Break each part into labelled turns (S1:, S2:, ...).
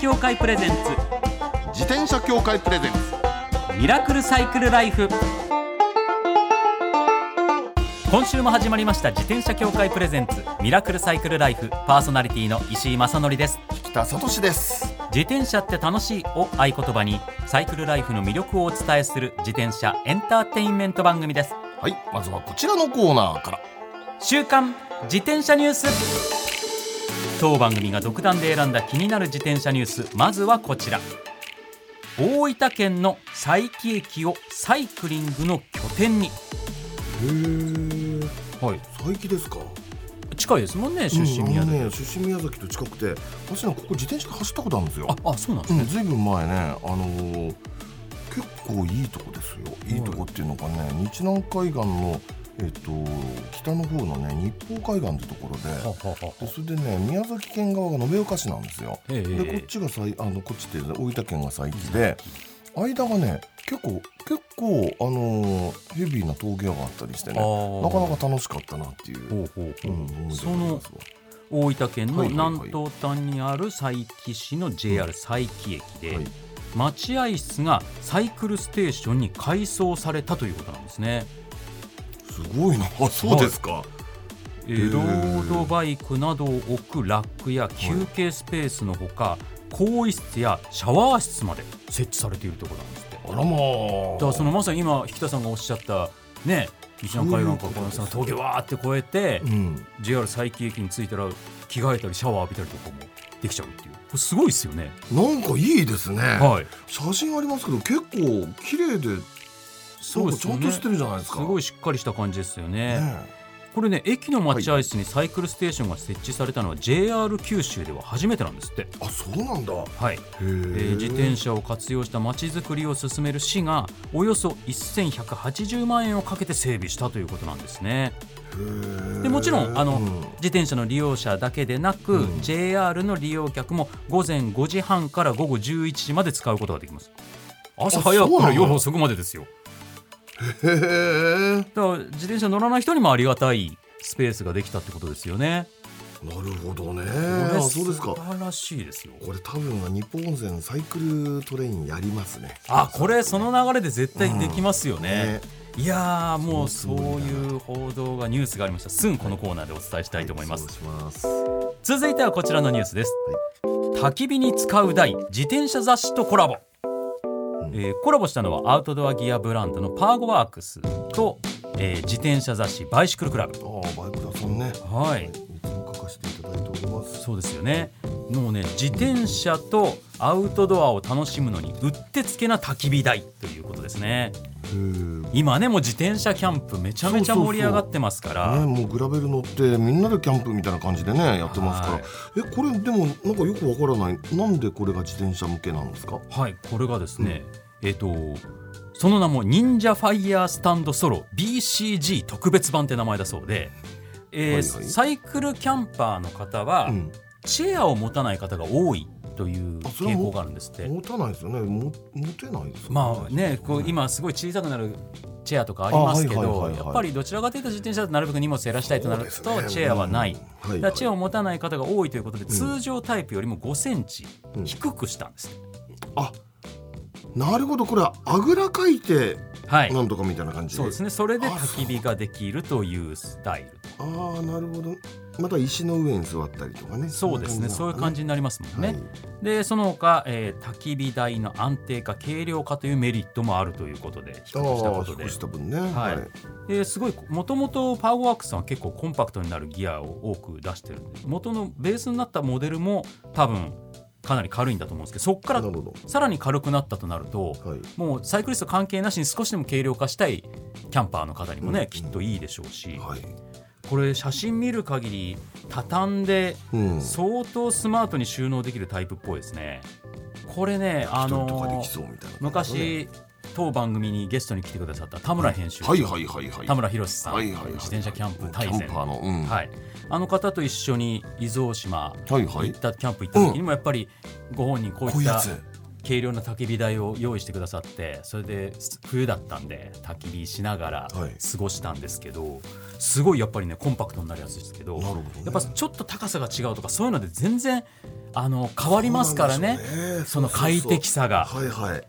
S1: 協会プレゼンツ
S2: 自転車協会プレゼンツ
S1: ミラクルサイクルライフ今週も始まりました自転車協会プレゼンツミラクルサイクルライフパーソナリティの石井正則です
S2: 北里志です
S1: 自転車って楽しいを合言葉にサイクルライフの魅力をお伝えする自転車エンターテインメント番組です
S2: はいまずはこちらのコーナーから
S1: 週刊自転車ニュース当番組が独断で選んだ気になる自転車ニュースまずはこちら大分県の佐伯駅をサイクリングの拠点に
S2: へえはい佐伯ですか
S1: 近いですもんね出身宮
S2: うんあ
S1: 崎、
S2: のね出身宮崎と近くて私ねここ自転車で走ったことあるんですよ
S1: ああそうなんです
S2: う
S1: ね、
S2: んずいぶん前ねあのー結構いいとこですよいいとこっていうのかね、日南海岸のえっと北の方のね日光海岸ってところで、
S1: ははは
S2: でそれでね宮崎県側が延岡市なんですよ、
S1: ええ
S2: でこっちがさいあのこっちって大分県が佐伯で間がね結構結構あのーヘビーな峠があったりしてね
S1: あー
S2: なかなか楽しかったなっていう、
S1: ほうほう
S2: う
S1: ほう、
S2: ん、思い出があります
S1: その
S2: わ
S1: 大分県の
S2: はいはいはい
S1: 南東端にある佐伯市の JR 佐伯駅で、
S2: はい
S1: 待合室がサイクルステーションに改装されたということなんですね
S2: すごいなあ そうですか、
S1: え
S2: へ
S1: ー
S2: ー
S1: ロードバイクなどを置くラックや休憩スペースのほか、更衣室やシャワー室まで設置されているところなんですってだ
S2: あらまあ
S1: からそのまさに今引田さんがおっしゃったね西南海岸からこの
S2: そういうことで
S1: 峠
S2: すね
S1: わーって越えて、
S2: うん
S1: JR 佐伯駅に着いたら着替えたりシャワー浴びたりとかもできちゃうっていうこれすごいですよね
S2: なんかいいですね、
S1: はい
S2: 写真ありますけど結構綺麗で
S1: そうですよ
S2: なんかちゃんとしてるじゃないですか
S1: すごいしっかりした感じですよね
S2: ね
S1: これね駅の待合室にサイクルステーションが設置されたのは JR 九州では初めてなんですって
S2: あそうなんだへ
S1: はい
S2: え
S1: えー自転車を活用したまちづくりを進める市がおよそ1180万円をかけて整備したということなんですねでもちろんあの、自転車の利用者だけでなく、
S2: うん
S1: JR の利用客も午前5時半から午後11時まで使うことができます朝早
S2: そう
S1: く
S2: な
S1: から
S2: の
S1: 夜遅くまでですよ
S2: へえ
S1: だから自転車乗らない人にもありがたいスペースができたってことですよね、
S2: なるほどね
S1: こ
S2: あ
S1: れ
S2: そうですか
S1: 素晴らしいですよ
S2: これ多分日本温泉サイクルトレインやりますね
S1: あこれその流れで絶対できますよね、
S2: ね
S1: いやーもう
S2: す
S1: そ
S2: ごいうな
S1: いう報道がニュースがありましたすぐこのコーナーでお伝えしたいと思います、
S2: そうします
S1: 続いてはこちらのニュースです、焚き火に使う台自転車雑誌とコラボ、
S2: ん
S1: えーコラボしたのはアウトドアギアブランドのパーゴワークスと、えー自転車雑誌バイシクルクラブ
S2: ああバイクださんね
S1: はい
S2: いつも書かせていただいております
S1: そうですよねもうね自転車とアウトドアを楽しむのにうってつけな焚き火台ということですね
S2: へ
S1: 今ねもう自転車キャンプめちゃめちゃ盛り上がってますから
S2: えねもうグラベル乗ってみんなでキャンプみたいな感じでねやってますから、
S1: はい
S2: えこれでもなんかよくわからないなんでこれが自転車向けなんですか
S1: はい、これがですね、えっ、と、その名も忍者ファイヤースタンドソロ BCG 特別版って名前だそうで、えー
S2: はいはい
S1: サイクルキャンパーの方は、
S2: うん
S1: チェアを持たない方が多いという
S2: あそれ
S1: 傾
S2: は
S1: 向があるんですって。
S2: 持たないですよねも持てないですよね
S1: まあね、こう今すごい小さくなるチェアとかありますけ
S2: あはいはい
S1: ど
S2: はいはい
S1: やっぱりどちらかというと自転車だとなるべく荷物減らしたいとなる
S2: そ
S1: と
S2: うです
S1: チ
S2: ね
S1: ェアはない、
S2: うん
S1: だ
S2: はいはい
S1: からチェアを持たない方が多いということで、通常タイプよりも5センチ低くしたんです、
S2: あなるほどこれはあぐらかいて
S1: はい、
S2: なんとかみたいな感じで、
S1: そうですねそれで
S2: あそう
S1: 焚き火ができるというスタイル
S2: ああなるほどまた石の上に座ったりとかね
S1: そうですねそういう感じになりますもんね、
S2: はい
S1: でその他、えー焚き火台の安定化軽量化というメリットもあるということで比
S2: ああ
S1: 較したこと
S2: 引っ
S1: で
S2: 越した分ね
S1: は
S2: はいい、
S1: ですごいもともとパワーワークスさんは結構コンパクトになるギアを多く出してるんで元のベースになったモデルも多分かなり軽いんだと思うんですけどそこか
S2: な
S1: ら
S2: るほど
S1: さらに軽くなったとなると、
S2: はい
S1: もうサイクリスト関係なしに少しでも軽量化したいキャンパーの方にもね、
S2: うん
S1: きっといいでしょうし、
S2: はい、
S1: これ写真見る限り畳んで
S2: うん
S1: 相当スマートに収納できるタイプっぽいですねこれねあ
S2: 一人とかで
S1: の
S2: きそうみたいな感じだね
S1: 昔当番組にゲストに来てくださった田村編集長、
S2: はいはいはいはい
S1: 田村博さん、
S2: はいはいはい
S1: 自転車キャンプ大
S2: キャ
S1: 戦
S2: ンパーのうん
S1: はい、あの方と一緒に伊豆大島
S2: はいは
S1: 行
S2: い
S1: ったキャンプ行った時にもやっぱりご本人こう
S2: こう
S1: い
S2: い
S1: っ
S2: うや
S1: た
S2: つ
S1: 軽量な焚き火台を用意してくださってそれです冬だったんで焚き火しながら
S2: はい
S1: 過ごしたんですけど、すごいやっぱりねコンパクトになるやつですけど
S2: なるほどね
S1: やっぱちょっと高さが違うとかそういうので全然あの変わりますからね
S2: そうなんですよ
S1: その快適さが
S2: そうそうそうはいはい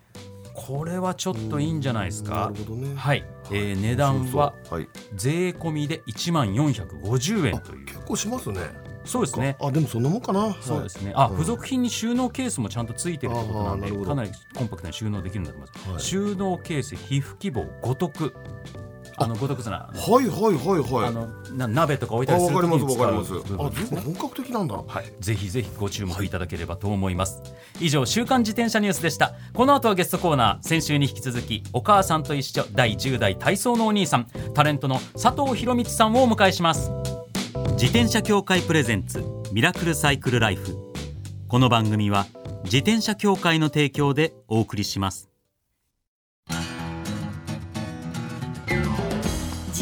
S1: これはちょっといいんじゃないですか
S2: なるほどね
S1: はい、えー値段は
S2: そうそうはい
S1: 税込みで1万450円
S2: あ
S1: という
S2: 結構しますね
S1: そうですね
S2: あでもそんなもんかな
S1: そうですね。あ、
S2: うん
S1: 付属品に収納ケースもちゃんと付いてるってことなん
S2: あーなる
S1: で、
S2: ほど
S1: かなりコンパクトに収納できるんだと思います。
S2: はい
S1: 収納ケース、皮膚希望、五徳。あの五徳さんあの、
S2: はいはいはいはい
S1: あのな鍋とか置い
S2: あ
S1: たりす
S2: わ
S1: る
S2: かり
S1: 時
S2: ます
S1: に使
S2: わかり
S1: う
S2: ます
S1: 部
S2: あ
S1: 分です
S2: ずい
S1: ね。
S2: ぶん本格的なんだ
S1: はい、ぜひぜひご注目いただければと思います、以上週刊自転車ニュースでしたこの後はゲストコーナー先週に引き続きお母さんと一緒第10代体操のお兄さんタレントの佐藤博光さんをお迎えします自転車協会プレゼンツミラクルサイクルライフこの番組は自転車協会の提供でお送りします
S3: 自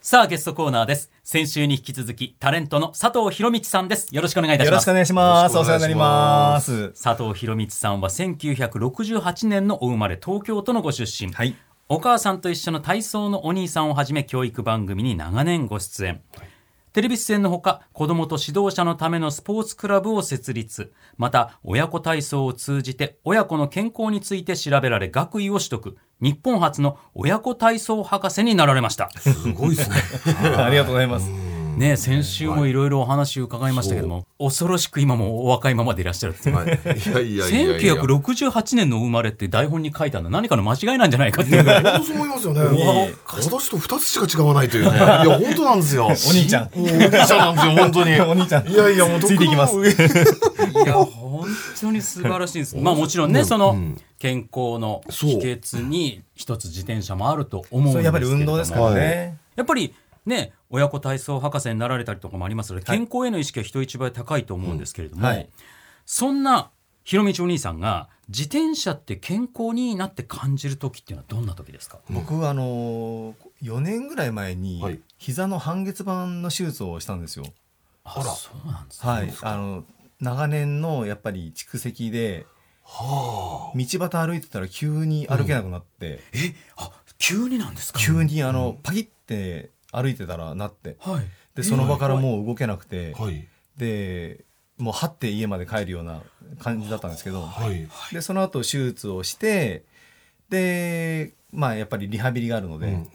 S1: さあゲストコーナーです先週に引き続きタレントの佐藤博道さんですよろしくお願いいたし
S4: よ
S1: ま
S4: ろ
S1: す
S4: しくお願いします。
S2: よ
S4: お
S2: ろし
S4: 世
S2: くお願いします
S4: 話になります。
S1: 佐藤博光さんは1968年のお生まれ東京都のご出身、
S4: はい。
S1: お母さんと一緒の体操のお兄さんをはじめ教育番組に長年ご出演テレビ出演のほか子どもと指導者のためのスポーツクラブを設立また親子体操を通じて親子の健康について調べられ学位を取得日本初の親子体操博士になられました
S2: すごいですね
S4: ありがとうございます。
S1: ねえ先週もいろいろお話伺いましたけども、恐ろしく今もお若いままでいらっしゃるっていう
S2: はいいやいやいやいや
S1: 1968年の生まれって台本に書いたの何かの間違いなんじゃないかっていうぐらい
S2: 本当そう思いますよね
S4: わ
S2: 私と二つしか違わないというねいや本当なんですよお
S4: お兄ちゃん。
S2: お兄ちゃんな んですよ本当に
S4: お兄ちゃん
S2: いやいやもう
S4: ついていきます
S2: とっくの
S1: いや本当に素晴らしいです まあもちろんねその健康の秘訣に一つ自転車もあると思うん
S4: そ
S1: ですけれども
S4: れやっぱり運動ですから
S2: は
S4: ね。
S1: やっぱりね親子体操博士になられたりとかもありますので
S4: はい
S1: 健康への意識は人一倍高いと思うんですけれども、
S4: うんはい
S1: そんなひろみちお兄さんが自転車って健康にいいなって感じる時っていうのはどんな時ですか
S4: 僕はあのー、4年ぐらい前
S2: はい
S4: に、膝の半月板の手術をしたんですよ。
S1: あらそうなんですね
S4: はい。あの、長年のやっぱり蓄積で、道端歩いてたら急に歩けなくなって、
S1: えあ急になんですか
S4: 急にあの、パキって歩いてたらなって、
S1: はい
S4: で、その場からもう動けなくて、
S2: はい
S4: で、もうはって家まで帰るような感じだったんですけど、
S2: はい
S4: でその後手術をしてでまあやっぱりリハビリがあるので、
S2: うん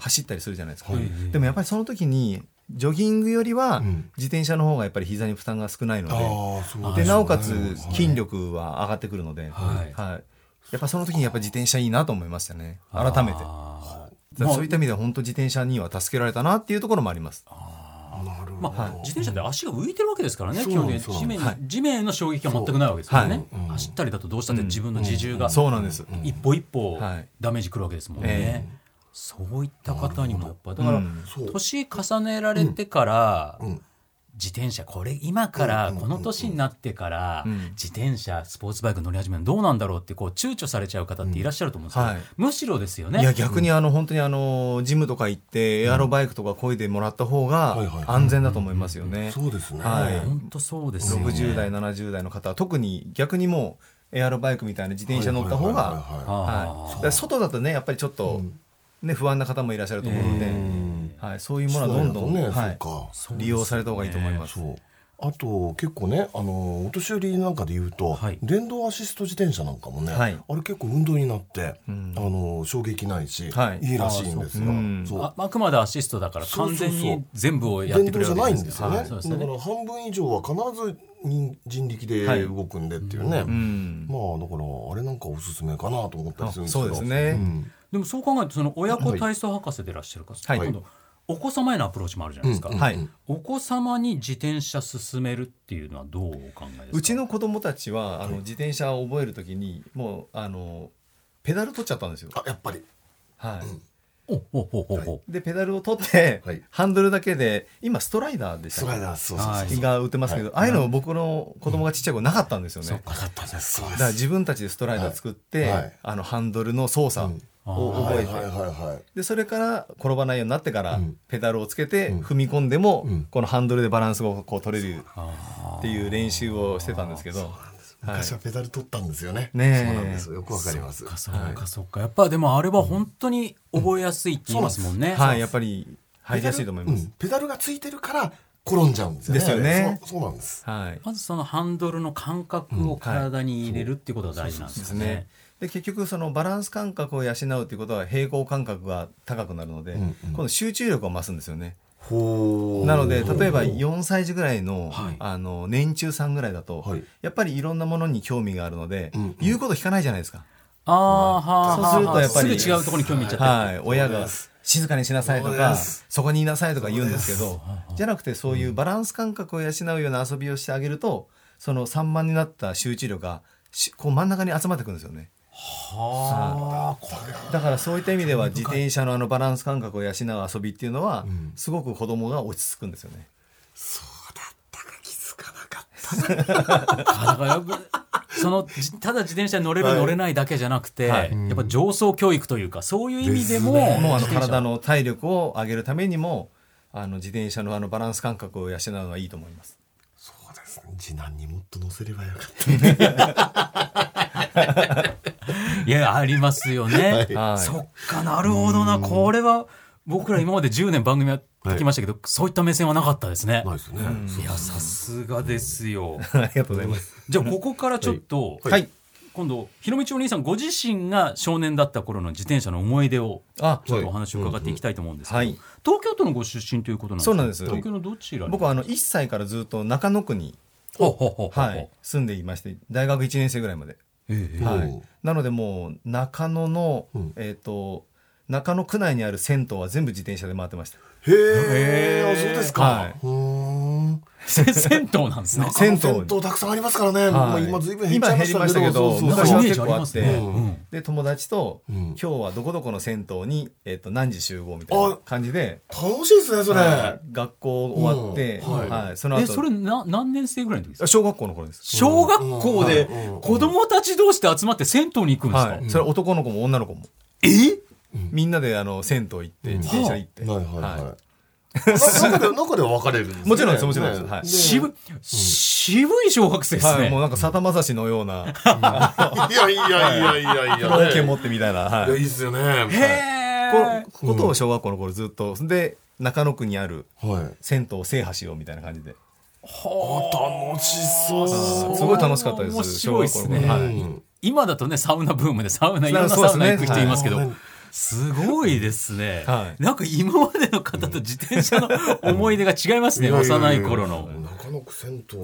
S4: 走ったりするじゃないですか、
S2: はい
S4: でもやっぱりその時にジョギングよりは
S2: うん
S4: 自転車の方がやっぱり膝に負担が少ないので,、
S2: ああそう
S1: ー
S4: で
S2: しょうね
S4: なおかつ
S2: はい
S4: 筋力は上がってくるので、
S1: は
S4: はいいやっぱその時にやっぱ自転車いいなと思いましたね改めて
S1: あー
S4: そういった意味では本当自転車には助けられたなっていうところもあります
S2: なるほ
S1: まあ
S2: ど
S4: はい
S1: 自転車って足が浮いてるわけですからね、
S2: そう
S1: 基本的に
S2: そう
S1: 地面に、
S4: はい
S1: 地面への衝撃が全くないわけですからね、
S2: そううん
S1: 走ったりだとどうしたって自分の自重が
S4: そうなんです、
S1: 一歩一歩
S4: はい
S1: ダメージくるわけですもんね、
S4: え
S1: そういった方にもやっぱだから、
S4: うん
S2: そう
S1: 年重ねられてから、
S2: ん
S1: 自転車これ今から
S2: うんうんうん
S1: この年になってから
S4: うん
S1: 自転車スポーツバイク乗り始めるのどうなんだろうってこう躊躇されちゃう方っていらっしゃると思うんですけど、
S4: うんはい
S1: むしろですよ
S4: いや
S1: ね。
S4: 逆にあの本当にあのジムとか行ってエアロバイクとか漕いでもらった方
S2: はいはい
S4: が安全だと思いますよね。
S2: そうですね、
S4: はい
S1: 本当そうですよね。
S4: 60代70代の方は特に逆にもうエアロバイクみたいな自転車乗った方
S2: はい
S4: が、
S2: はいはいは
S1: あ
S4: はい、
S1: ー
S4: だから外だとねやっぱりちょっと、ね不安な方もいらっしゃると思うので、
S1: え
S4: はい、そういう
S2: い
S4: ものはどんどん、
S2: そうだよね、
S4: はい
S2: そうか
S1: そうですね
S4: 利用された方がいいと思います。
S2: そうあと結構ねあのお年寄りなんかで言うと、
S1: はい
S2: 電動アシスト自転車なんかもね、
S4: はい
S2: あれ結構運動になって、
S4: うん
S2: あの衝撃ないし、
S4: はい
S2: い、いらしいんですよ
S4: あー。そう
S1: ああくまでアシストだから
S2: そ
S1: 完
S2: うそうそう
S1: 全に全部をやって
S2: 電
S1: く
S2: 動
S1: れ
S2: じ
S1: る
S2: ゃな
S1: わけ
S2: い
S1: で
S2: ん
S1: す
S2: です
S1: よ
S2: よ
S1: ね
S2: ね。
S1: はいそうです
S2: だか
S1: ね。
S2: ら半分以上は必ず人人力
S4: は
S2: で
S4: い
S2: 動くんでっていうね。
S4: うん
S2: まあだからあれなんかおすすめかなと思ったりするんですけど。
S4: そうですね、
S2: うん。
S1: でもそう考えるとその親子体操博士でいらっしゃるから、
S4: はい
S1: 今度お子様へのアプローチもあるじゃないですか。
S2: うん
S4: はい、
S1: お子様に自転車進めるっていうのはどうお考えですか
S4: うちの子供たちはあの自転車を覚えるときにもうあのペダル取っちゃったんですよ。
S2: あやっぱり。
S4: はい
S1: おおおおお
S4: でペダルを取って、
S2: はい
S4: ハンドルだけで今ストライダーでし
S2: ス
S4: た
S2: ライ
S4: ね
S2: ダーそう
S1: は
S2: そう
S1: い
S2: そう。
S4: が売ってますけど、ああいうの僕の子供がちっちゃい頃なかったんですよね、
S2: なかったです。そう
S4: だ
S2: で
S4: から
S2: す。
S4: 自分たちでストライダー作って、
S2: はいはい
S4: あのハンドルの操作を
S1: 分
S4: 覚えて、
S2: はいはいはいはい。
S4: でそれから転ばないようになってから、
S2: うん
S4: ペダルをつけて
S2: うん
S4: 踏み込んでも、
S2: うん
S4: このハンドルでバランスをこう取れる
S1: あ
S4: っていう練習をしてたんですけどはい
S2: 昔はペダル取ったんですよね。
S4: ねえ
S2: そうなんですよ。よくわかります。
S1: ーそう
S2: はい
S1: かそうかやっぱでもあれは本当に覚えやすいって言いますもんね。
S4: はい、やっぱり入りやすいと思いま
S2: う
S4: す
S2: ん、ペダルがついてるから転んじゃうんですよね。
S4: ですよね
S2: そうそうなんです。
S4: はい
S1: まずそのハンドルの感覚を体に入れるってことが大事なんで
S4: ですす
S1: よね
S4: ね。で結局そのバランス感覚を養うっていうことは平衡感覚が高くなるので、
S2: うんうん
S4: 今度集中力が増すんですよね
S2: ほ
S4: なので例えば4歳児ぐらいの,、
S1: はい
S4: あの年中さんぐらいだと、
S2: はい
S4: やっぱりいろんなものに興味があるので、
S2: うんうん
S4: 言うこと聞かないじゃないで すか、
S1: ああはあ
S4: そうするとやっぱり
S1: すぐ違うところに興味いっちゃって。
S4: はい、親
S2: そう
S4: が
S2: です
S4: 静かにしなさいと
S2: そうで
S4: か
S2: す
S4: そこにいなさいとか言うんですけどじゃなくてそういうバランス感覚を養うような遊びをしてあげるとその散漫になった集中力がしこう真ん中に集まってくるんですよね。
S1: はあこれ
S4: だからそういった意味では自転車のあのバランス感覚を養う遊びっていうのは
S2: ん
S4: すごく子供が落ち着くんですよね。
S2: そうだったか気づかなかった。
S1: だからやっぱそのじただ自転車に乗れる
S2: はい
S1: 乗れないだけじゃなくて、
S4: はい
S1: やっぱ上層教育というかそういう意味でも
S2: です
S4: もうあ
S1: 自
S4: の
S1: 転車
S4: 体の体力を上げるためにもあの自転車のあのバランス感覚を養うのはいいと思います。
S2: そうですね。次男にもっと乗せればよかった。
S1: いやありますよね、
S4: はい
S1: そっかなるほどなこれは僕ら今まで10年番組やってきましたけど、そういった目線はなかったですね、
S2: ないですね。
S1: い、やさすがですよ
S4: ありがとうございます。
S1: じゃあここからちょっと、
S2: はい
S4: はい。
S1: 今度ひろみちお兄さんご自身が少年だった頃の自転車の思い出を
S4: あ、
S1: ちょっとお話を伺っていきたいと思うんですけど、
S4: はいうんうん
S1: 東京都のご出身ということなんです
S4: そうなんです
S1: 東京のどちらに
S4: 僕はあの1歳からずっと中野区に、
S1: ほうほうほうほう
S4: はい、住んでいまして大学1年生ぐらいまで、
S1: ええ
S2: おう
S4: はい、なのでもう中野の、
S2: うん
S4: えっ、と中野区内にある銭湯は全部自転車で回ってました
S2: へえ。あそうですか。
S4: はいう
S2: ーん。
S1: せ銭湯なんですね。
S4: 銭湯に
S2: 銭湯たくさんありますからね。まあ
S4: はい
S2: 今ずいぶん
S4: 今減りましたけど
S2: そうそうそう
S4: 昔
S1: なんか
S4: は結構
S1: イメージありますね
S4: あって
S1: うん
S4: で友達と、
S2: うん
S4: 今日はどこどこの銭湯に、えっと何時集合」みたいな感じで、
S2: 楽しいですねそれ。
S4: はい学校終わって、
S2: うんはい
S4: はいその後
S1: えそれな何年生ぐらいの時ですか。
S4: 小学校の頃です、
S1: 小学校で子供たち同士で集まって銭湯に行くんですか。
S4: はい、それ男の子も女の子も、
S1: え？
S4: みんなであの銭湯行って自転車行って、
S2: はいはいはい。
S4: はい
S2: 中で中では分かれるんですね
S4: もちろんですもちろんですはい
S1: 渋い渋い小学生です
S4: はい、
S1: ね
S4: もう。なんかさだまさしのような
S2: いやいやいやいやいや。
S4: 風呂桶持ってみたいな、はい
S2: やいいっすよね。
S1: へ
S2: は
S1: え
S4: こ。ことを小学校の頃ずっとで中野区にある
S2: い。
S4: 銭湯を制覇しようみたいな感じで
S2: あ楽しそう。
S4: ーすごい楽しかったです
S1: 面白いです
S4: 小学校の頃
S2: う
S1: ね。
S2: ん
S1: 今だとねサウナブームでサウナいろんな
S4: そうで
S1: サ
S4: す
S1: ウ
S4: ね
S1: ナ行く人いますけど
S2: はい。
S1: すごいですね、
S4: はい
S1: なんか今までの方と自転車の思い出が違いますね、
S2: ややや
S1: 幼い頃の。
S2: 中野区銭湯。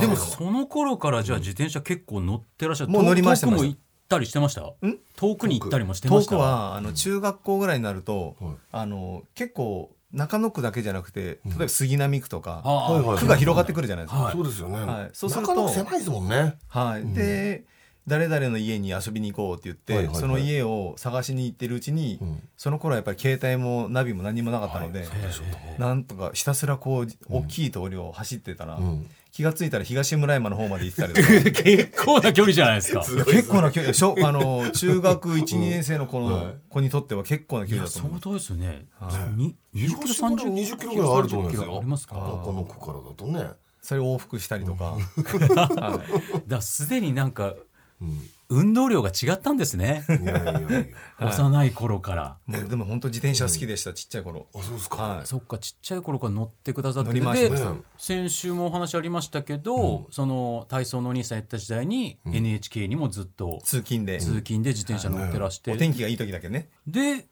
S1: でもその頃からじゃあ自転車結構乗ってらっしゃる
S4: もう乗り回してま
S1: 遠
S4: し
S1: くも
S4: た
S1: 行ったりしてました遠くに行ったりもしてま
S4: 遠
S1: した
S4: くはあの中学校ぐらいになると、
S2: はい
S4: あの結構中野区だけじゃなくて例えば杉並区とか、
S1: ああ
S2: はいはい
S4: 区が広がってくるじゃないですか。
S1: はい
S2: そうですよね。
S4: はいそうすると
S2: 中野区狭いですもんね。
S4: はい、で誰々の家に遊びに行こうって言って、
S2: はいはいはい
S4: その家を探しに行ってるうちに、
S2: うん
S4: その頃はやっぱり携帯もナビも何もなかったので、
S2: そうでしょうね
S4: なんとかひたすらこう大きい通りを走ってたら、
S2: うん
S4: 気がついたら東村山の方まで行ってたりとか
S1: 結構な距離じゃないですか。
S4: いや結構な距離 小あの中学12年生の子の子にとっては結構ない距離
S1: や
S4: だと思う
S1: 相。当ですよね。
S4: は
S1: に20キロ
S2: 広島
S1: 30
S2: から20キロぐらいあると思いますよ
S1: キロありますか。
S2: あ
S1: だ
S2: この子からだとね、
S4: それを往復したりとか、はい
S1: からすでになんか
S2: うん、
S1: 運動量が違ったんですね。
S2: いやいやいやいや
S4: はい
S1: 幼い頃から。
S4: もうでも本当自転車好きでした、ちっちゃい頃。
S2: あそうですか、
S4: はい。
S1: そっかちっちゃい頃から乗ってくださって
S4: 乗りま
S1: てで
S4: した
S2: ね
S1: 先週もお話ありましたけど、その体操のお兄さんやった時代に NHK にもずっと
S4: 通勤で。
S1: 通勤で自転車乗ってらして、
S4: お天気がいい時だけね。
S1: で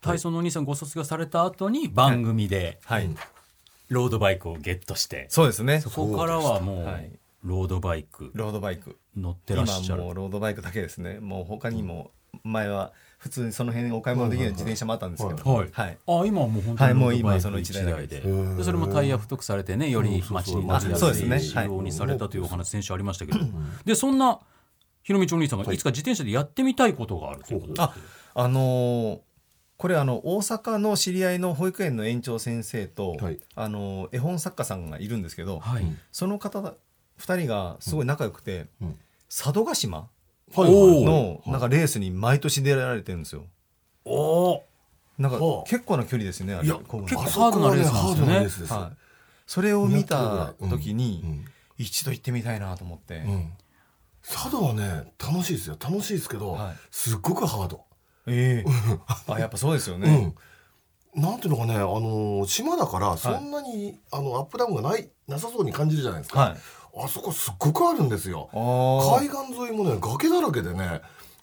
S1: 体操のお兄さんご卒業された後に番組で
S4: はい。
S1: ロードバイクをゲットして、
S4: そうですね
S1: そ。こからはもう
S4: はい
S1: ロードバイク
S4: ロードバイク。
S1: 乗ってら
S4: 今
S1: っしゃ
S4: も
S1: る
S4: うロードバイクだけですね。もう他にも前は普通にその辺お買い物できない自転車もあったんですけど。
S1: はい、
S4: はい。
S1: あ今はもう本当
S4: はい
S1: に
S4: も
S1: ロ
S4: う
S1: ード
S4: 今
S1: バイ
S4: そ
S1: ク
S4: の
S1: 一
S4: 一
S1: 台
S4: 台
S1: で,、
S4: だけ
S2: です
S1: でそれもタイヤ太くされてねより街に街
S2: うん
S4: そ
S1: だ
S4: うそう
S1: し
S4: そうあそうですね
S1: 仕様にされたというお話先週ありましたけど、でそんなひろみちお兄さんがいつか自転車でやってみたいことがあるということで
S4: あ、あのーこれあの大阪の知り合いの保育園の園長先生と、
S2: はい
S4: あのー絵本作家さんがいるんですけど、
S1: はい、
S4: その方だ2人がすごい仲良くて、
S2: うんうん
S4: 佐渡島
S2: はいはいはい
S4: のなんかレースに毎年出られてるんですよ。
S1: おお
S4: なんか
S2: はあ
S4: 結構な距離ですね。あれ
S2: いや
S4: こぐの
S1: 結構
S2: あそ
S1: ハード
S2: こは
S1: なレー
S2: ね
S1: ス
S2: ハ
S1: なん
S2: ー
S1: ですよ
S2: ド
S1: ね
S2: なレースですよ、
S4: はい、それを見た時
S2: う
S4: に
S2: ん
S4: 一度行ってみたいなと思って、
S2: うん佐渡はね楽しいですよ楽しいですけど、
S4: はい
S2: すっごくハード、
S4: ええ あやっぱそうですよね、
S2: うんなんていうのかねあの島だからそんなに、あのアップダウンがないなさそうに感じるじゃないですか、
S4: はい
S2: あそこすっごくあるんですよ
S4: あー
S2: 海岸沿いもね崖だらけでね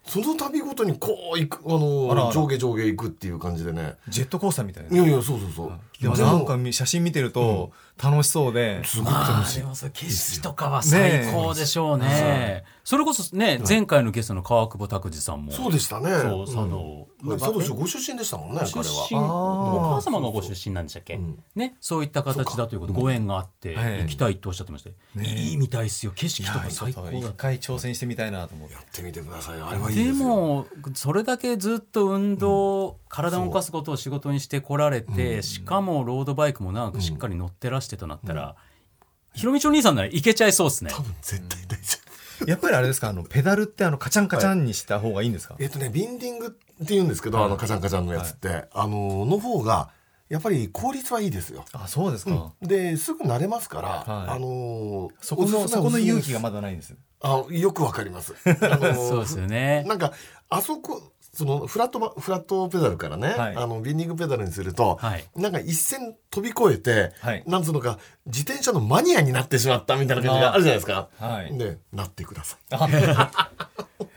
S2: その度ごとにこう行くあの
S4: あらあら
S2: 上下上下行くっていう感じでね
S4: ジェットコースターみたい
S2: い
S4: な
S2: やいやそうそうそう
S4: でもなんかみ写真見てると楽しそうで、
S2: すごく
S1: ま
S2: 楽
S1: あ
S2: しい
S1: でもそれ景色とかは最高でしょうねそれこそね前回のゲストの川久保拓司さんも
S2: そうでしたね
S1: そう佐渡
S2: うんはい佐渡市ご出身でしたもんね
S1: 出
S2: 彼
S1: 身
S2: は
S1: お母様がご出身なんでしたっけ、
S2: うん
S1: ね、そういった形だということご縁があって
S4: はい
S1: 行きたいとおっしゃってました、いいみたいですよ景色とか最高だ
S4: 一回挑戦してみたいなと思って
S2: やってみてくださいあれはいいです
S1: で
S2: よ
S1: もそれだけずっと運動、体を動かすことを仕事にしてこられて、しかもロードバイクも長くしっかり乗ってらしてとなったら、ひろみちお兄さんならいけちゃいそうですね
S2: 多分絶対大丈夫
S4: やっぱりあれですかあのペダルってあのカチャンカチャンにした方がいいんですか、
S2: えっとねビンディングって言うんですけどあのカチャンカチャンのやつってあのの方がやっぱり効率はいいですよ
S4: あそうですか、
S2: ですぐ慣れますから、
S4: はい
S2: あのー
S4: そこの
S2: おすすめ
S4: そこの勇気
S2: おすすめです
S4: がまだないんです
S2: あよくわかり ます。あのー
S1: そうですよね
S2: なんかあそこそのフラットバフラットペダルからね、
S4: はい
S2: あのビンディングペダルにすると、
S1: はい
S2: なんか一線飛び越えて、
S4: はい
S2: なんつうのか自転車のマニアになってしまったみたいな感じがあるじゃないですか。
S4: はい
S2: でなってください。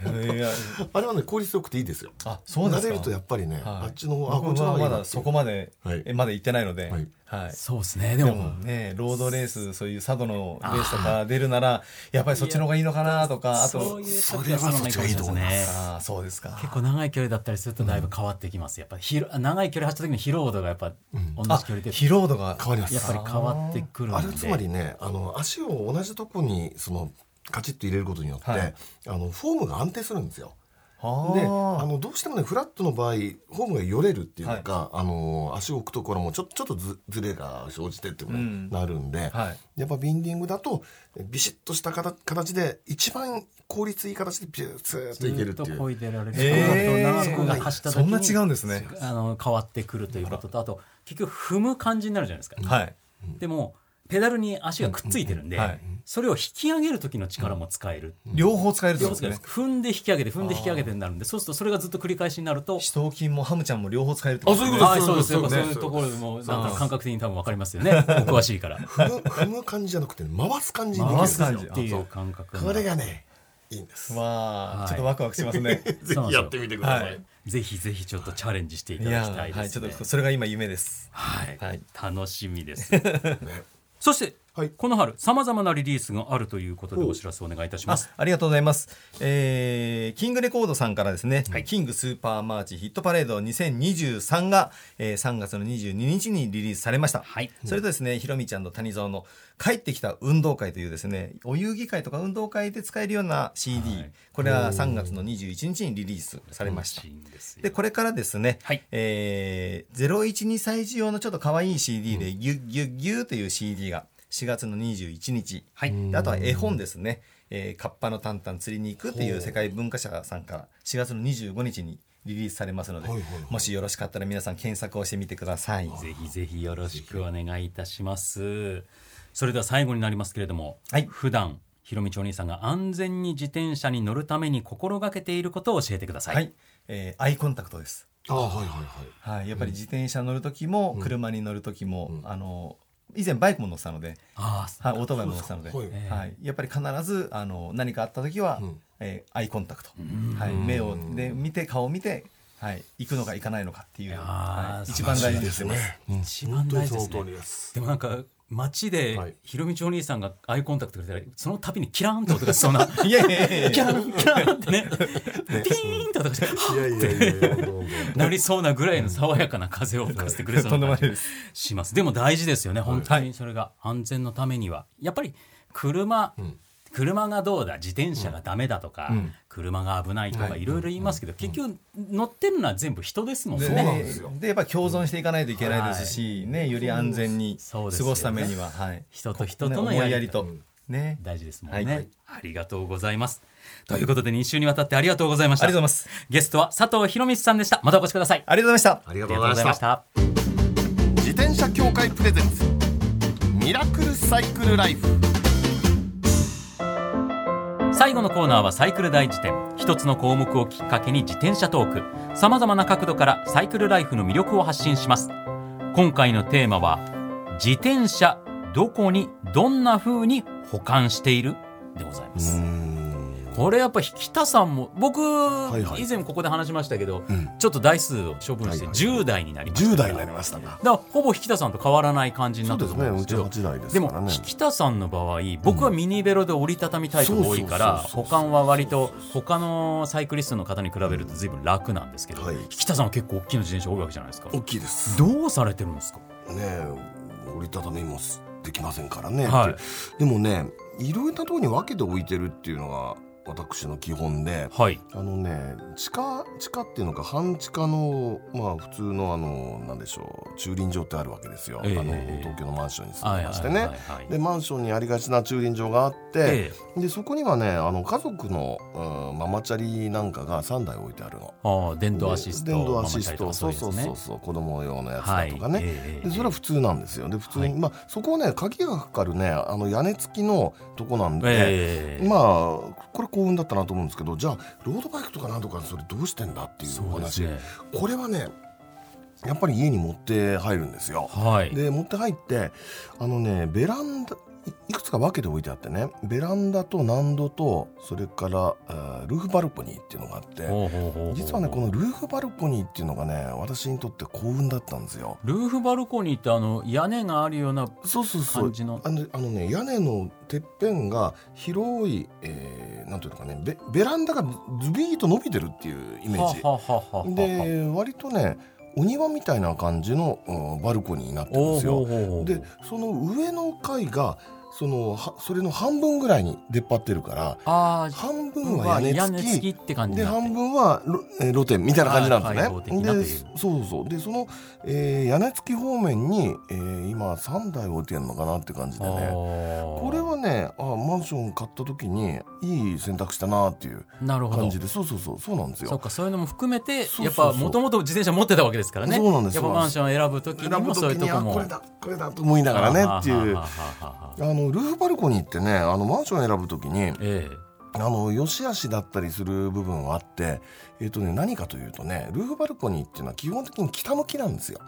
S4: いや
S2: あれはね効率よくていいですよ。
S4: あそうですか
S2: 慣れるとやっぱりね、
S4: はい
S2: あっちの方あこっ
S4: 僕
S2: ちの
S4: は
S2: 方がい
S4: ま
S2: いなっ
S4: だ
S2: てい
S4: そうこまで、
S2: はい
S4: えまだ行ってないので、
S2: は
S4: はいい
S1: そうですねで
S4: で
S1: も
S4: もねロードレースそういう佐渡のレースとか出るならやっぱりそっちの方がいいのかなとかあ
S1: そう
S4: と
S1: いう時はそのまま行かないとね
S4: ああそうですか
S1: 結構長い距離だったりするとだいぶ変わってきます、やっぱひろ長い距離走った時の疲労度がやっぱ同じ距
S4: あ
S1: 離で
S4: 疲労度が
S2: 変わります。
S1: やっぱり変わってくるの
S2: あ
S1: で
S2: れつまりねあの足を同じとこにそのカチッと入れることによって、
S4: はい
S2: あのフォームが安定するんですよ。であ
S4: あ
S2: のどうしてもねフラットの場合フォームがよれるっていうのか、あの足を置くところもちょちょっとずずれが生じてってことになるんで、
S4: あはい
S2: やっぱビンディングだとビシッとした形形で一番効率いい形でピューツーッといけるって
S1: ず
S2: い
S1: っ
S2: う
S1: と。漕いでられる、
S4: えー
S1: 長く走った時
S4: そんな
S1: に
S4: 違うんですね
S1: あの変わってくるということとあと結局踏む感じになるじゃないですか、
S4: はい
S1: でもペダルに足がくっついてるんで、
S4: はい
S1: それを引き上げる時の力も使える、
S4: 両方使えるって
S1: 両
S4: こ
S1: 方
S4: と
S1: 使え
S4: で
S1: る
S4: すね
S1: 踏んで引き上げて踏んで引き上げてになるんでそうするとそれがずっと繰り返しになると
S4: 四頭筋もハムちゃんも両方使えるってことですね
S2: あそういうこと
S1: はいそうです
S2: そ
S1: そうう
S2: で
S1: い
S2: す
S1: うところもなんか感覚的に多分わかりますよねお 詳しいから
S2: 踏む踏む感じじゃなくて回す感じにできるん
S4: 回
S2: ですす
S4: 感
S2: よ
S4: じ
S1: っていう感覚
S2: これがねいいんです。
S4: わあ、
S1: はい
S4: ちょっとワクワクしますね
S2: ぜひやってみてくださ
S4: はいい
S1: ぜひぜひちょっとチャレンジしてい
S4: い
S1: ただ
S4: や
S1: きたい
S4: ーは
S1: で
S4: いち
S1: す
S4: ょっ
S1: ね
S4: とそれが今夢です
S1: はい
S4: はい
S1: 楽しみですそして
S2: はい
S1: この春さまざまなリリースがあるということでお知らせお願いいたします。
S4: あありがとうございます、えーキングレコードさんからですね、キングスーパーマーチヒットパレード2023が、えー3月の22日にリリースされました、
S1: はい
S4: それとですねひろみちゃんと谷蔵の「帰ってきた運動会」というですねお遊戯会とか運動会で使えるような CD、
S1: はい
S4: これは3月の21日にリリースされました
S1: 楽しいんですよ
S4: でこれからですね、
S1: はい
S4: えー012歳児用のちょっと可愛い CD で「ギュッギュッギュッ」という CD が4月の21日、
S1: はい
S4: であとは絵本ですね「えー、カッパのタンタン釣りに行く」っていう世界文化社さんから4月の25日にリリースされますので、
S2: はいはいはい
S4: もしよろしかったら皆さん検索をしてみてください。
S1: ぜひぜひよろしくお願いいたします。それでは最後になりますけれども、
S4: はい
S1: 普段ひろみちお兄さんが安全に自転車に乗るために心がけていることを教えてください。
S4: はい、えーアイコンタクトです。
S2: あはいはいはい
S4: はい、やっぱり自転車乗る時も、車に乗る時も、
S2: うん
S4: あの以前バイクも乗ってたので、
S1: ああ、
S4: はい、オートバイも乗ってたので、
S2: そう
S4: は
S2: ですか
S1: はい
S4: い
S1: ええ
S4: やっぱり必ずあの何かあった時は、
S2: うん
S4: えーアイコンタクト、はい、目をで見て顔を見て、はい、行くのか行かないのかっていう、
S1: やー
S4: はい、
S1: 素
S4: 一
S1: 晴ら
S4: 番
S1: しい
S4: 大
S2: いい
S4: 事に
S2: で
S4: して
S2: す
S4: ま
S2: ね
S4: す。
S2: うん
S1: 一番大事ですね
S2: 本当にその通りです
S1: でもなんか街
S2: は
S1: で
S2: い
S1: ひろみちお兄さんがアイコンタクトくれたらその度にキラーンって音がしそうな
S4: いやいやいやいや
S1: キラーンキラーンってねピーンって音がして
S2: いやいやいやいやどうもどうも
S1: なりそうなぐらいの爽やかな風を吹かせてくれそう
S4: とんで
S1: な
S4: も
S1: 感
S4: ない
S1: じ
S4: で
S1: がします。でも大事ですよね、本当
S4: は
S1: にそれが安全のためには。やっぱり車、車がどうだ自転車がダメだとか、
S4: うん
S1: 車が危ないとか
S4: はい
S1: いろいろ言いますけど、結局乗ってるのは全部人ですもん
S4: で
S2: そうなん
S1: ね。
S2: ですよ
S4: でやっぱり共存していかないといけないですし、ね、より安全に過
S1: そうですよね
S4: ごすためには、はい、
S1: 人と人との
S4: ね思いや
S1: やり
S4: り
S1: と
S4: と、ね、
S1: 大事ですもんね、
S4: はい
S1: ありがとうございます。ということで2週にわたってありがとうございました
S4: ありがとうございます。
S1: ゲストは佐藤博光さんでしたまたお越しください
S4: ありがとうございました。
S2: あり
S1: あ
S2: がとうございました
S1: た
S2: 自転車協会プレゼンツミラクルサイクルライフ
S1: 最後のコーナーはサイクル大辞典一つの項目をきっかけに自転車トークさまざまな角度からサイクルライフの魅力を発信します今回のテーマは「自転車どこにどんな風に保管している?」でございますこれやっぱ北さんも僕、
S2: いはい
S1: 以前ここで話しましたけど、
S2: ん
S1: ちょっと台数を処分して
S2: はいはいはい
S1: 10代になりました
S2: 10
S1: から
S2: 代になりましたが
S1: だからほぼ引田さんと変わらない感じになったと思うんですけど
S2: そうですねうちは8台です
S1: で
S2: からね
S1: も引田さんの場合僕はミニベロで折りたたみタイプが多いから
S2: そうそうそうそう
S1: 保管は割と他のサイクリストの方に比べると随分楽なんですけど、
S2: はい
S1: 引田さんは結構大きな自転車多いわけじゃないですか
S2: 大きいですね
S1: どうされてるんですか
S2: え折りたたみもできませんからね、
S1: はい
S2: でもねいろいろなところに分けて置いてるっていうのが私の基本で
S1: はい
S2: あのね地下地下っていうのか半地下のまあ普通のあのなんでしょう駐輪場ってあるわけですよ、
S1: ええ
S2: あの東京のマンションに住んでましてね、
S1: はいはいはいはい
S2: でマンションにありがちな駐輪場があって、
S1: ええ
S2: でそこにはねあの家族の、うんママチャリなんかが3台置いてあるの。
S1: ああ電動アシスト
S2: 電動アシスト
S1: ママチ
S2: そ
S1: ャ
S2: う
S1: リと
S2: そう
S1: かいやつね
S2: そうそう子供用のやつだとかね、
S1: はいええええ
S2: でそれは普通なんですよで普通に、
S1: はい
S2: まあそこはね鍵がかかるねあの屋根付きのとこなんで、
S1: ええ
S2: まあこれ幸運だったなと思うんですけどじゃあロードバイクとかなんとかそれどうしてんだっていうお
S1: そうで
S2: 話
S1: すね
S2: これはねやっぱり家に持って入るんですよ。
S1: はい
S2: で持って入ってあのねベランダいいくつか分けて置いてあってねベランダと難度とそれから、えールーフバルコニーっていうのがあって
S1: ほうほうほうほう
S2: 実はねこのルーフバルコニーっていうのがね私にとって幸運だったんですよ。
S1: ルーフバルコニーってあの屋根があるような
S2: そうそうそう
S1: 感じの
S2: あのあのね屋根のてっぺんが広い、えーなんていうのかねベベランダがズビーと伸びてるっていうイメージ
S1: ははははは
S2: で割とねお庭みたいな感じの、うんバルコニーになってるん
S1: お
S2: です
S1: ー
S2: よ。
S1: ほうほうほう
S2: でその上の階がそのはそれの半分ぐらいに出っ張ってるから
S1: ああ
S2: 半分は屋根付き
S1: って感じ
S2: で
S1: になって
S2: 半分は露えー露天みたいな感じなんですね。
S1: はい開放的になっている
S2: でそうそうそうでその、えー屋根付き方面に、えー今3台置いてるのかなって感じでねこ
S1: こ
S2: れはねあマンション買った時にいい選択したなっていう
S1: なるほ
S2: 感
S1: ど
S2: じでそうそうそうそうなんです
S1: そう
S2: よ。
S1: かそういうのも含めて
S2: そう
S1: や
S2: そう
S1: っ
S2: そう
S1: ぱもともと自転車持ってたわけですからね
S2: そうなんです
S1: やっぱマンションを選ぶ時
S2: 選
S1: に
S2: ぶ
S1: もそういう
S2: 時
S1: と
S2: に
S1: こ
S2: あ
S1: も
S2: これだこれだと思いながらねっていう
S1: はは
S2: あ
S1: ははは
S2: のルーフバルコニーってねあのマンション選ぶ時に
S1: ええ
S2: あの良し悪しだったりする部分はあって、えっとね、何かというとねルーフバルコニーっていうのは基本的に北向きなんですよ。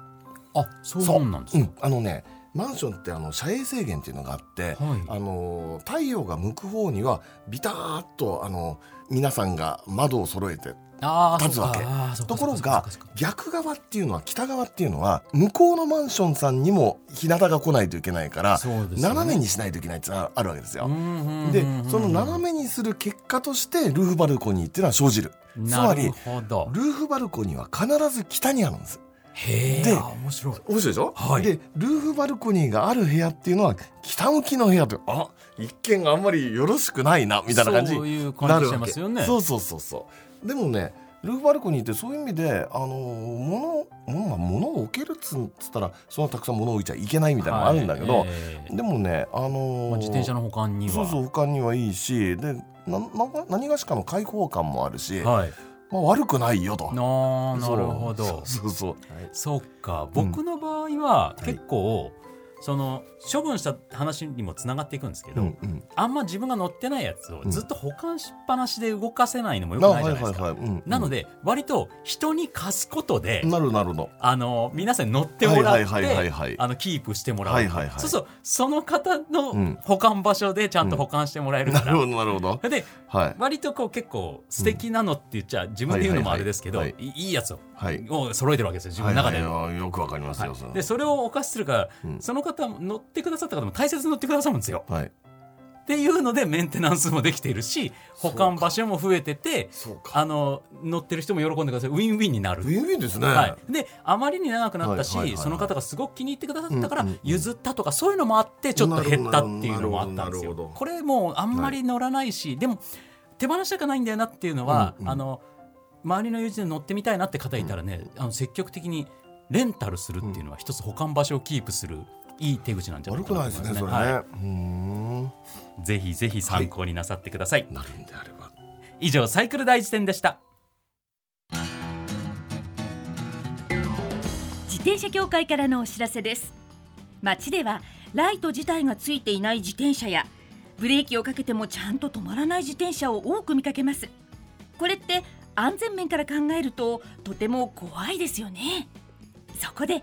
S1: あそうなんです
S2: う
S1: ね
S2: ん、あのねマンションってあの遮影制限っていうのがあって、
S1: はい
S2: あの太陽が向く方にはビターっとあの皆さんが窓を揃えて
S1: あ
S2: 立つわけ
S1: け
S2: ところが逆側っていうのは北側っていうのは向こうのマンションさんにも日向が来ないといけないから、
S1: そうですよね
S2: 斜めにしないといけないってのがあるわけですよ。で
S1: で
S2: その斜めにする結果としてルーフバルコニーっていうのは生じるつま
S1: な
S2: り
S1: るほど
S2: ルーフバルコニーは必ず北にあるんです
S1: へえ
S2: で
S1: 面白い
S2: 面白いでしょ、
S1: はい
S2: でルーフバルコニーがある部屋っていうのは北向きの部屋とあ一見あんまりよろしくないなみたいな感じ
S1: そういう
S2: な
S1: 感じ
S2: る
S1: して
S2: わ
S1: ま
S2: け
S1: すよね
S2: そうそうそうそうでもねルーフバルコニーってそういう意味であの物物が物を置けるっつったらそんなたくさん物を置いちゃいけないみたいなのがあるんだけど、
S1: はいええ
S2: でもねあの
S1: まあ自転車の保管には
S2: そうそう他にはいいしでななんか何がしかの開放感もあるし、
S1: はい
S2: まあ、悪くないよと。
S1: なあなるほ
S2: そ
S1: ど
S2: うそうそう
S1: そうか
S2: うん
S1: 僕の場合は
S2: はい
S1: 結構その処分した話にもつながっていくんですけ
S2: う
S1: ど
S2: んうん
S1: あんま自分が乗ってないやつを
S2: うん
S1: ずっと保管しっぱなしで動かせないのもよ
S2: な
S1: く
S2: は
S1: ないい
S2: は
S1: じゃ
S2: い
S1: ないですか
S2: はいうん
S1: なので割と人に貸すことで
S2: なるなるの。
S1: あの皆さんに乗ってもらって、
S2: はいはいはいはいはい
S1: あのキープしてもらう、
S2: はいはいはい
S1: そうそうその方
S2: う
S1: の
S2: ん
S1: 保管場所でちゃんと保管してもらえる
S2: な
S1: から、
S2: るほどなるほど。
S1: で
S2: はい
S1: 割とこう結構素敵なのって言っちゃ自分で言うのもあれですけど、
S2: はいい
S1: い
S2: はい
S1: やつを
S2: はい。
S1: を揃えてるわけですよ自分の中で。
S2: はいはいはいよくわかりますよ。
S1: はい
S2: その
S1: でそれをお貸しするから、
S2: うん
S1: その方も乗ってくださった方も大切に乗ってくださるんですよ。
S2: はい。
S1: っていうのでメンテナンスもできているし保管場所も増えてて
S2: そうか。
S1: あの乗ってる人も喜んでくださいウィンウィンになる
S2: ウィンウィンですね。
S1: はい、であまりに長くなったし、
S2: はいはいはいはい
S1: その方がすごく気に入ってくださったか
S2: う
S1: ら
S2: んうんうん
S1: 譲ったとかそういうのもあってちょっと減ったっていうのもあったんです
S2: なるほどなるほ
S1: よ
S2: ど。
S1: これもうあんまり乗らないし、でも手放したくないんだよなっていうのは、
S2: うんうん
S1: あの周りの友人で乗ってみたいなって方いたらね、あの積極的にレンタルするっていうのは一つ保管場所をキープするいい手口なんじゃない
S2: 悪
S1: か
S2: く
S1: な
S2: な
S1: と
S2: いで
S1: 思います
S2: すね。そ
S1: ね。
S2: れね。う
S1: は
S2: ーん。
S1: い、ぜひぜひ参考になさってください。
S2: なるんであれば。
S1: 以上サイクル大辞典でした。
S3: 自転車協会からのお知らせです街ではライト自体がついていない自転車やブレーキをかけてもちゃんと止まらない自転車を多く見かけますこれって安全面から考えるととても怖いですよねそこで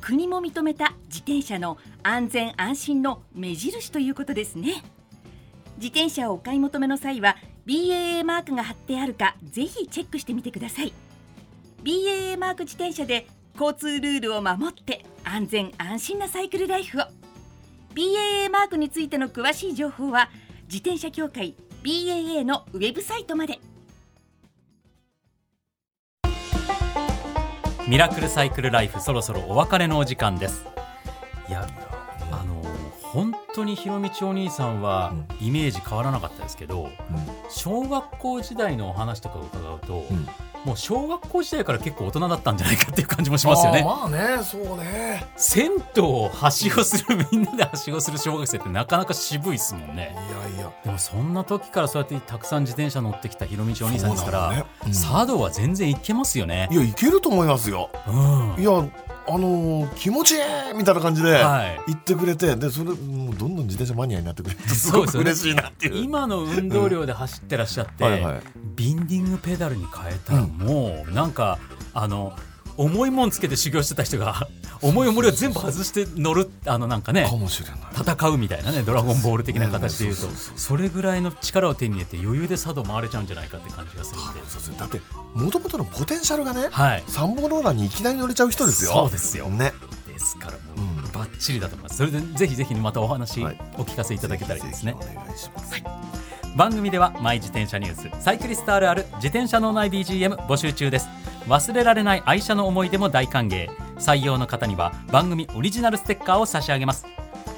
S3: 国も認めた自転車の安全安心の目印ということですね自転車をお買い求めの際は BAA マークが貼ってあるかぜひチェックしてみてください BAA マーク自転車で交通ルールを守って安全安心なサイクルライフを BAA マークについての詳しい情報は自転車協会 BAA のウェブサイトまで
S1: ミラクルサイクルライフそろそろお別れのお時間ですいやあの本当にひろみちお兄さんはイメージ変わらなかったですけど小学校時代のお話とかを伺うと、
S2: うん
S1: もう小学校時代から結構大人だったんじゃないかっていう感じもしますよね、
S2: あーまあね、そうね。
S1: 銭湯をはしごするみんなではしごする小学生ってなかなか渋いですもん
S2: い
S1: ね
S2: やいや。
S1: でもそんな時からそうやってたくさん自転車乗ってきたひろみちお兄さんですから、
S2: そうなんだねうん
S1: 茶道は全然いけますよね
S2: いやいけると思いますよ。
S1: うん
S2: いやあのー気持ちいいみたいな感じで。
S1: はい
S2: 言ってくれてでそれもうどんどん自転車マニアになってくれてす
S1: そうです
S2: ごく
S1: よね
S2: 嬉しいなっていう。
S1: 今の運動量で走ってらっしゃって、
S2: はいはい
S1: ビンディングペダルに変えたらもうなんかあの重いもんつけて修行してた人が 重い重りを全部外して乗るあのなんかね
S2: かもしれない。
S1: 戦うみたいなねドラゴンボール的な形でいうと
S2: ねねそうそうそう
S1: それぐらいの力を手に入れて余裕で佐渡回れちゃうんじゃないかって感じがするんで、
S2: そうそうだってもともとのポテンシャルがね、
S1: はい、
S2: 三本ローラーにいきなり乗れちゃう人ですよ。
S1: そうですよ
S2: ね。
S1: ですからも
S2: うん
S1: うバッチリだと思いますそれでぜひぜひまたお話お
S2: はい
S1: 聞かせいただけたらいいですね。
S2: ぜひぜひお願いします。
S1: 番組ではマイ自転車ニュースサイクリストあるある自転車脳内 BGM 募集中です忘れられない愛車の思い出も大歓迎採用の方には番組オリジナルステッカーを差し上げます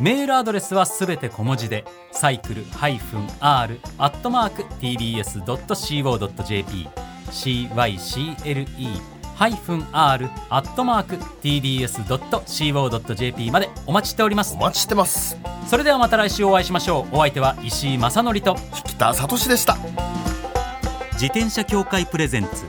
S1: メールアドレスはすべて小文字でサイクル -r-tbs.co.jp cycle info-r.tbs.co.jp までお待ちしております
S2: お待ちしてます
S1: それではまた来週お会いしましょうお相手は石井正則と
S2: 引田聡でした
S1: 自転車協会プレゼンツ